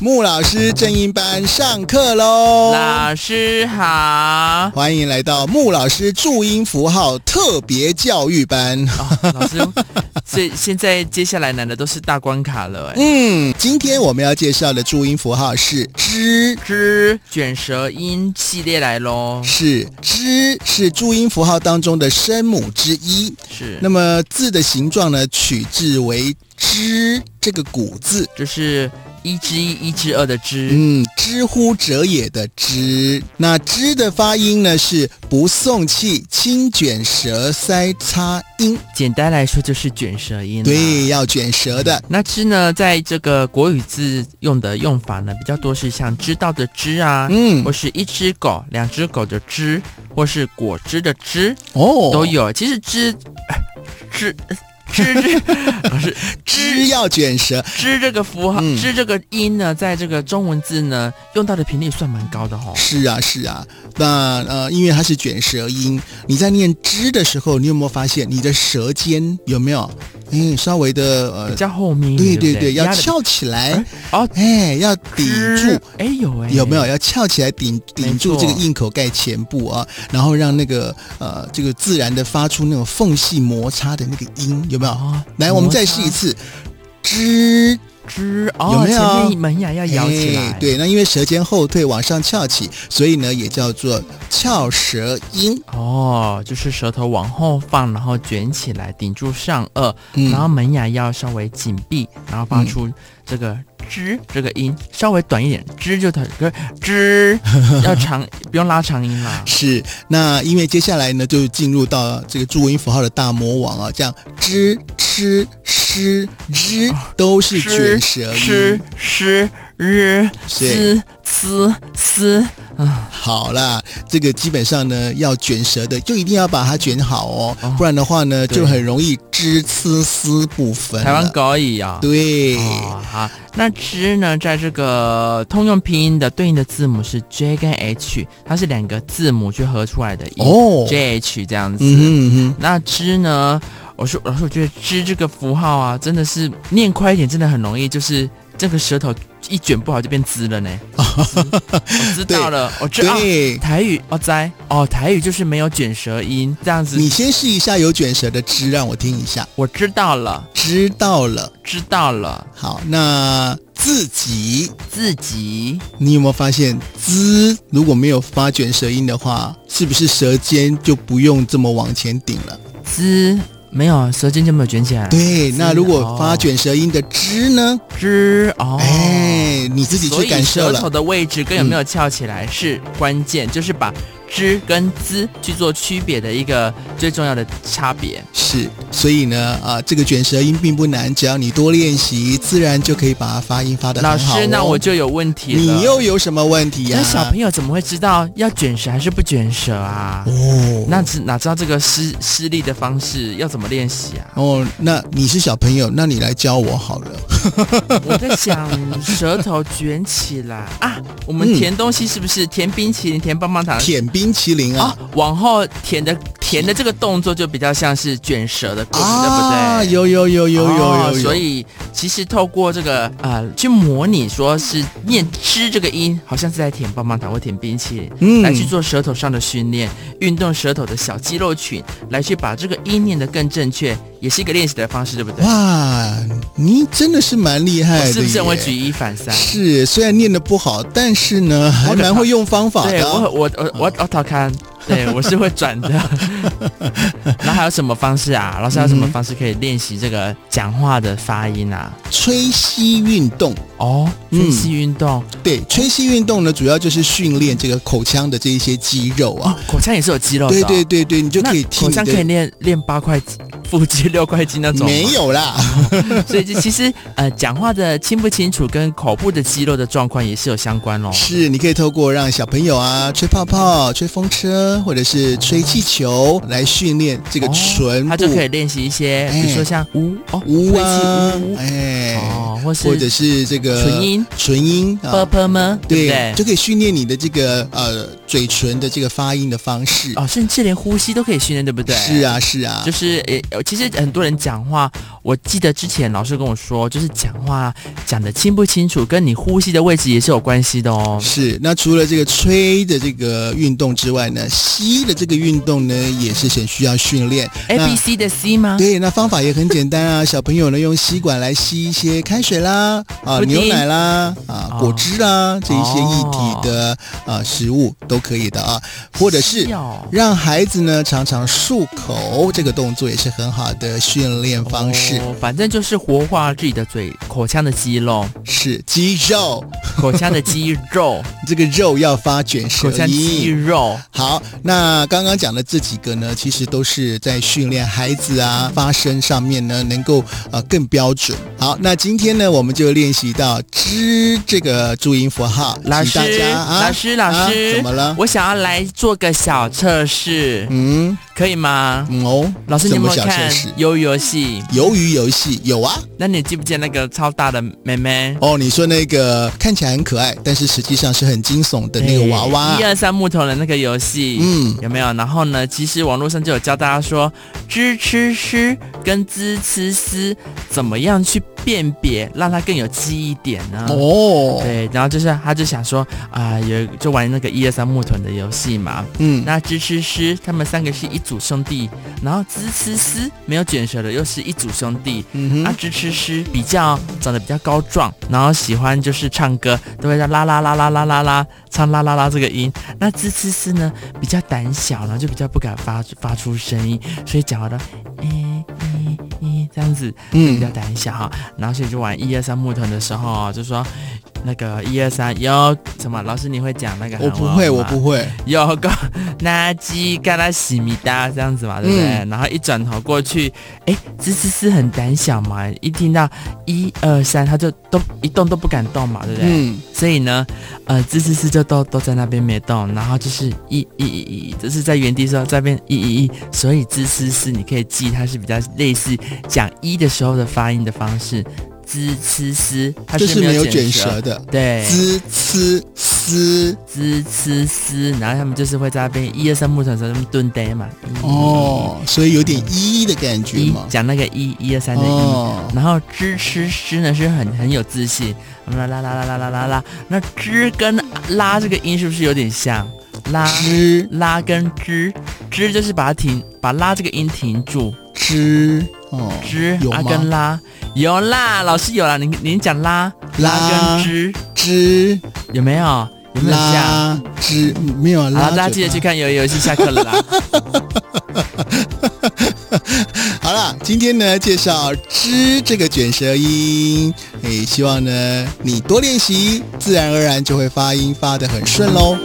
穆老师正音班上课喽！老师好，欢迎来到穆老师注音符号特别教育班。哦、老师，所以现在接下来难的都是大关卡了、欸。嗯，今天我们要介绍的注音符号是“之之”，卷舌音系列来喽。是“之”，是注音符号当中的声母之一。是，那么字的形状呢，取自为“之”这个古字，就是一之一、一之二的之。嗯，知乎者也的知，那知的发音呢是不送气，轻卷舌塞擦音。简单来说就是卷舌音、啊。对，要卷舌的。那知呢，在这个国语字用的用法呢，比较多是像知道的知啊，嗯或是一只狗、两只狗的只，或是果汁的汁哦，都有。其实哎汁， 汁。汁这，不是知要卷舌，知这个符号，嗯知这个音呢，在这个中文字呢，用到的频率算蛮高的哦。是啊是啊。那呃，因为它是卷舌音，你在念知的时候，你有没有发现你的舌尖有没有？嗯，稍微的比呃，较后面一对点，对不对，要压得翘起来哎，哦，哎，要抵住知。哎有哎有没有要翘起来顶顶住没这错个硬口盖前部啊，然后让那个呃这个自然的发出那种缝隙摩擦的那个音，有没有？哦来，我们再试一次，吱知哦，有没有前面门牙要摇起来，哎对，那因为舌尖后退往上翘起，所以呢也叫做翘舌音。哦，就是舌头往后放，然后卷起来顶住上颚，然后嗯，门牙要稍微紧闭，然后发出这个“吱”这个音，稍微短一点，“吱”就它可是“吱”要长， 不用拉长音啦。是。那因为接下来呢就进入到这个注音符号的大魔王啊，这样吱吃诗吱都是卷舌音哦吃。吃日对思思思，好啦，这个基本上呢，要卷舌的就一定要把它卷好哦，哦不然的话呢，对就很容易支呲丝不分了。台湾高一啊。嗯对，哦，好，那之呢，在这个通用拼音的对应的字母是 J 跟 H，它是两个字母去合出来的音、哦 j H 这样子。嗯哼嗯哼，那之呢，我说老师，我觉得之这个符号啊，真的是念快一点，真的很容易，就是这个舌头一卷不好就变滋 了呢。滋我知道了，我知道。对。台语哦，在哦，台语就是没有卷舌音这样子。你先试一下有卷舌的“知”，让我听一下。我知道了，知道了，知道了，好，那自己，自己你有没有发现“滋”如果没有发卷舌音的话，是不是舌尖就不用这么往前顶了？滋没有舌尖就没有卷起来。对，滋那如果哦发卷舌音的“知”呢？知哦，哎，你自己所去以感受舌了头。的位置跟有没有翘起来是关键，就是把知跟滋去做区别的一个最重要的差别。是，所以呢，啊，这个卷舌音并不难，只要你多练习，自然就可以把它发音发得老很好、哦。师，那我就有问题了。你又有什么问题呀、那小朋友怎么会知道要卷舌还是不卷舌啊？哦，那只哪知道这个施施力的方式要怎么练习啊？哦，那你是小朋友，那你来教我好了。我在想舌头卷起来啊，我嗯们填东西是不是填冰淇淋、填棒棒糖舔冰淇淋啊啊，？往后填的填的这个动作就比较像是卷舌的过程，对不对？有有有啊有有有哦有，所以其实透过这个呃，去模拟说是念“吃”这个音，好像是在舔棒棒糖或舔冰淇淋，嗯来去做舌头上的训练，运动舌头的小肌肉群，来去把这个音念得更正确，也是一个练习的方式，对不对？哎哇，你真的是蛮厉害我的耶，是不是很会举一反三？是，虽然念的不好，但是呢，还我的蛮妈会用方法对的我啊。我我我我讨看， 对我是会转的。那还有什么方式啊？老师还有什么嗯哼方式可以练习这个讲话的发音啊？吹息运动。哦，嗯呼吸运动、对，吹息运动呢，主要就是训练这个口腔的这一些肌肉啊。哦，口腔也是有肌肉的、哦对对，对对，你就可以那听口腔你可以的练啊练八块肌、腹肌六块肌那种。没，有啦，所以这其实呃，讲话的清不清楚跟口部的肌肉的状况也是有相关哦。是你可以透过让小朋友啊吹泡泡、吹风车或者是吹气球来训练这个哦唇部，哎他就可以练习一些，比如说像呜哦，呜啊吹气呜，哎，哦，或或者是是这个唇音、唇音啵啊。啵么，对不对就可以训练你的这个呃嘴唇的这个发音的方式。哦，甚至连呼吸都可以训练，对不对？是啊，是啊，就是诶，其实很多人讲话，我记得之前老师跟我说，就是讲话讲的清不清楚，跟你呼吸的位置也是有关系的哦。是。那除了这个吹的这个运动之外呢，吸的这个运动呢，也是很需要训练。 A 那 B C 的 C 吗？啊 对，那方法也很简单 啊，小朋友呢用吸管来吸一些开水啦、啊布丁牛奶啦、啊哦果汁啦这一些一体的啊食物都可以的啊，或者是吸哦让孩子呢常常漱口，这个动作也是很好的训练方式，哦反正就是活化自己的嘴、口腔的肌肉、是肌肉，口腔的肌肉、 这个肉要发卷舌口腔肌音。肉。好，那刚刚讲的这几个呢，其实都是在训练孩子啊发声上面呢，能够呃更标准。好，那今天呢，我们就练习到之这个注音符号，老请大师家，啊，老师，老师，啊、怎么了？我想要来做个小测试，嗯可以吗？嗯哦，老师，你什有么没有小看测《试？鱿鱼游戏》？鱿鱼游戏有啊，那你记不记得那个超大的妹妹？哦，你说那个看起来很可爱，但是实际上是很惊悚的那个娃娃哎一，二三木头人那个游戏，嗯有没有？然后呢，其实网络上就有教大家说，知吃吃跟知吃思怎么样去辨别，让它更有记忆点呢？哦，对，然后就是他就想说啊、有就玩那个一二三木头人的游戏嘛。嗯，那知吃吃他们三个是一组兄弟，然后知吃思没有卷舌的又是一组兄弟，嗯啊，哼，支持师比较长得比较高壮，然后喜欢就是唱歌，都会在啦啦啦啦啦啦啦唱啦啦啦这个音。那支持师呢比较胆小，然后就比较不敢发发出声音，所以讲话的，咦咦咦这样子比较嗯，胆小哈。然后所以就玩一二三木头的时候就说那个一二三有什么？老师你会讲那个韩我文不会，我吗不会，有个垃圾嘎啦洗米哒这样子嘛，对不对？然后一转头过去，哎，芝芝是很胆小嘛，一听到一二三，他就都一动都不敢动嘛，对不对？嗯，所以呢，呃，芝芝是就都都在那边没动，然后就是一一一一，就是在原地说在那边一一一，所以芝芝是你可以记它是比较类似讲一的时候的发音的方式。吱呲呲，它就是没没有卷卷舌，的，对，滋呲丝。吱呲呲，然后他们就是会在那边一二三木头的时候，他们蹲呆嘛。一，哦，所以有点一的感觉一嘛。讲那个一一二三的一。哦，然后吱吃吃呢是很很有自信，啦啦啦啦啦啦啦啦。那吱跟拉这个音是不是有点像？拉知拉跟吱，吱就是把它停，把拉这个音停住。知哦，吱有啊吗跟拉有啦，老师有啦，您您讲拉拉跟吱知有没有？有没有像？拉知嗯没有好拉啦，嘴巴。大家记得去看《游游戏》下课了啦。 好了，今天呢介绍知这个卷舌音，诶，希望呢你多练习，自然而然就会发音发得很顺喽。